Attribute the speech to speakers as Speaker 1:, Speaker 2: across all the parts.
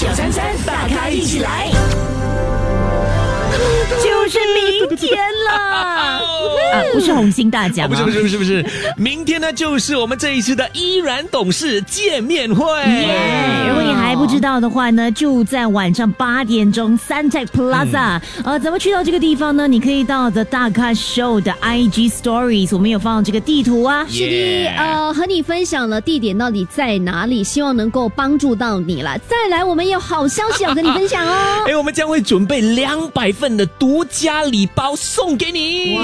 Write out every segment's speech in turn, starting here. Speaker 1: 九三三，大咖一起来。
Speaker 2: 就是明天了， 啊，不是红星大奖、啊，
Speaker 1: 哦不是不是不是不是，明天呢就是我们这一次的依然懂事见面会。
Speaker 2: 耶！哎如果你还不知道的话呢，就在晚上八点钟，Suntec Plaza、嗯。呃，怎么去到这个地方呢？你可以到 The 大咖 Show 的 IG Stories，我们有放这个地图啊。
Speaker 3: 是的，呃，和你分享了地点到底在哪里，希望能够帮助到你了。再来，我们有好消息要跟你分享 哦。
Speaker 1: 哎，我们将会准备两百份的。独家礼包送给你。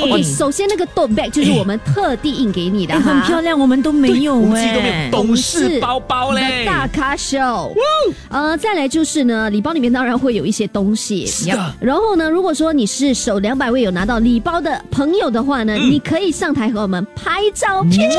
Speaker 3: OK，首先那个 tote bag 就是我们特 地印给你的，
Speaker 2: 哎很漂亮，我们都没有
Speaker 1: 哎，董事包包嘞，
Speaker 3: 大咖 show。呃，再来就是呢，礼包里面当然会有一些东西。
Speaker 1: 是的。
Speaker 3: 然后呢，如果说你是首两百位有拿到礼包的朋友的话呢，你可以上台和我们拍照片。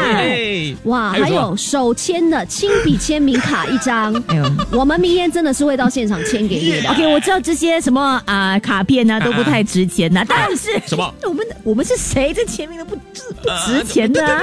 Speaker 1: 哎
Speaker 3: 哇，还有手签的亲笔签名卡一张。 哎呦，我们明天真的是会到现场签给你的。
Speaker 2: OK，我知道这些什么。啊、呃，卡片呢、啊、都不太值钱呐、啊，啊、但是
Speaker 1: 什么？
Speaker 2: 我们我们是谁？这前面的不不值钱的啊！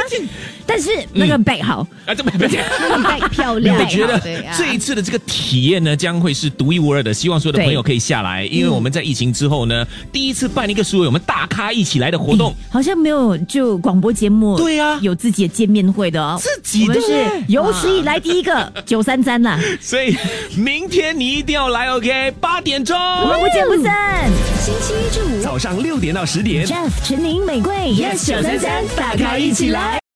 Speaker 2: 但是那个 bag 好
Speaker 1: 啊，这 bag
Speaker 3: 那个 bag 漂亮。
Speaker 1: 我觉得这一次的这个体验呢，将会是独一无二的。希望所有的朋友可以下来，因为我们在疫情之后呢，第一次办一个所有我们大咖一起来的活动，
Speaker 2: 好像没有就广播节目
Speaker 1: 对啊，
Speaker 2: 有自己的见面会的哦，
Speaker 1: 自己
Speaker 2: 的是有史以来第一个九三三啦。
Speaker 1: 所以明天你一定要来，OK？八点钟。
Speaker 2: 不见不散，
Speaker 3: 星期一至五
Speaker 1: 早上六点到十点
Speaker 2: ，Jeff、陈宁、玫瑰
Speaker 1: ，Yes 九三三，大咖一起来，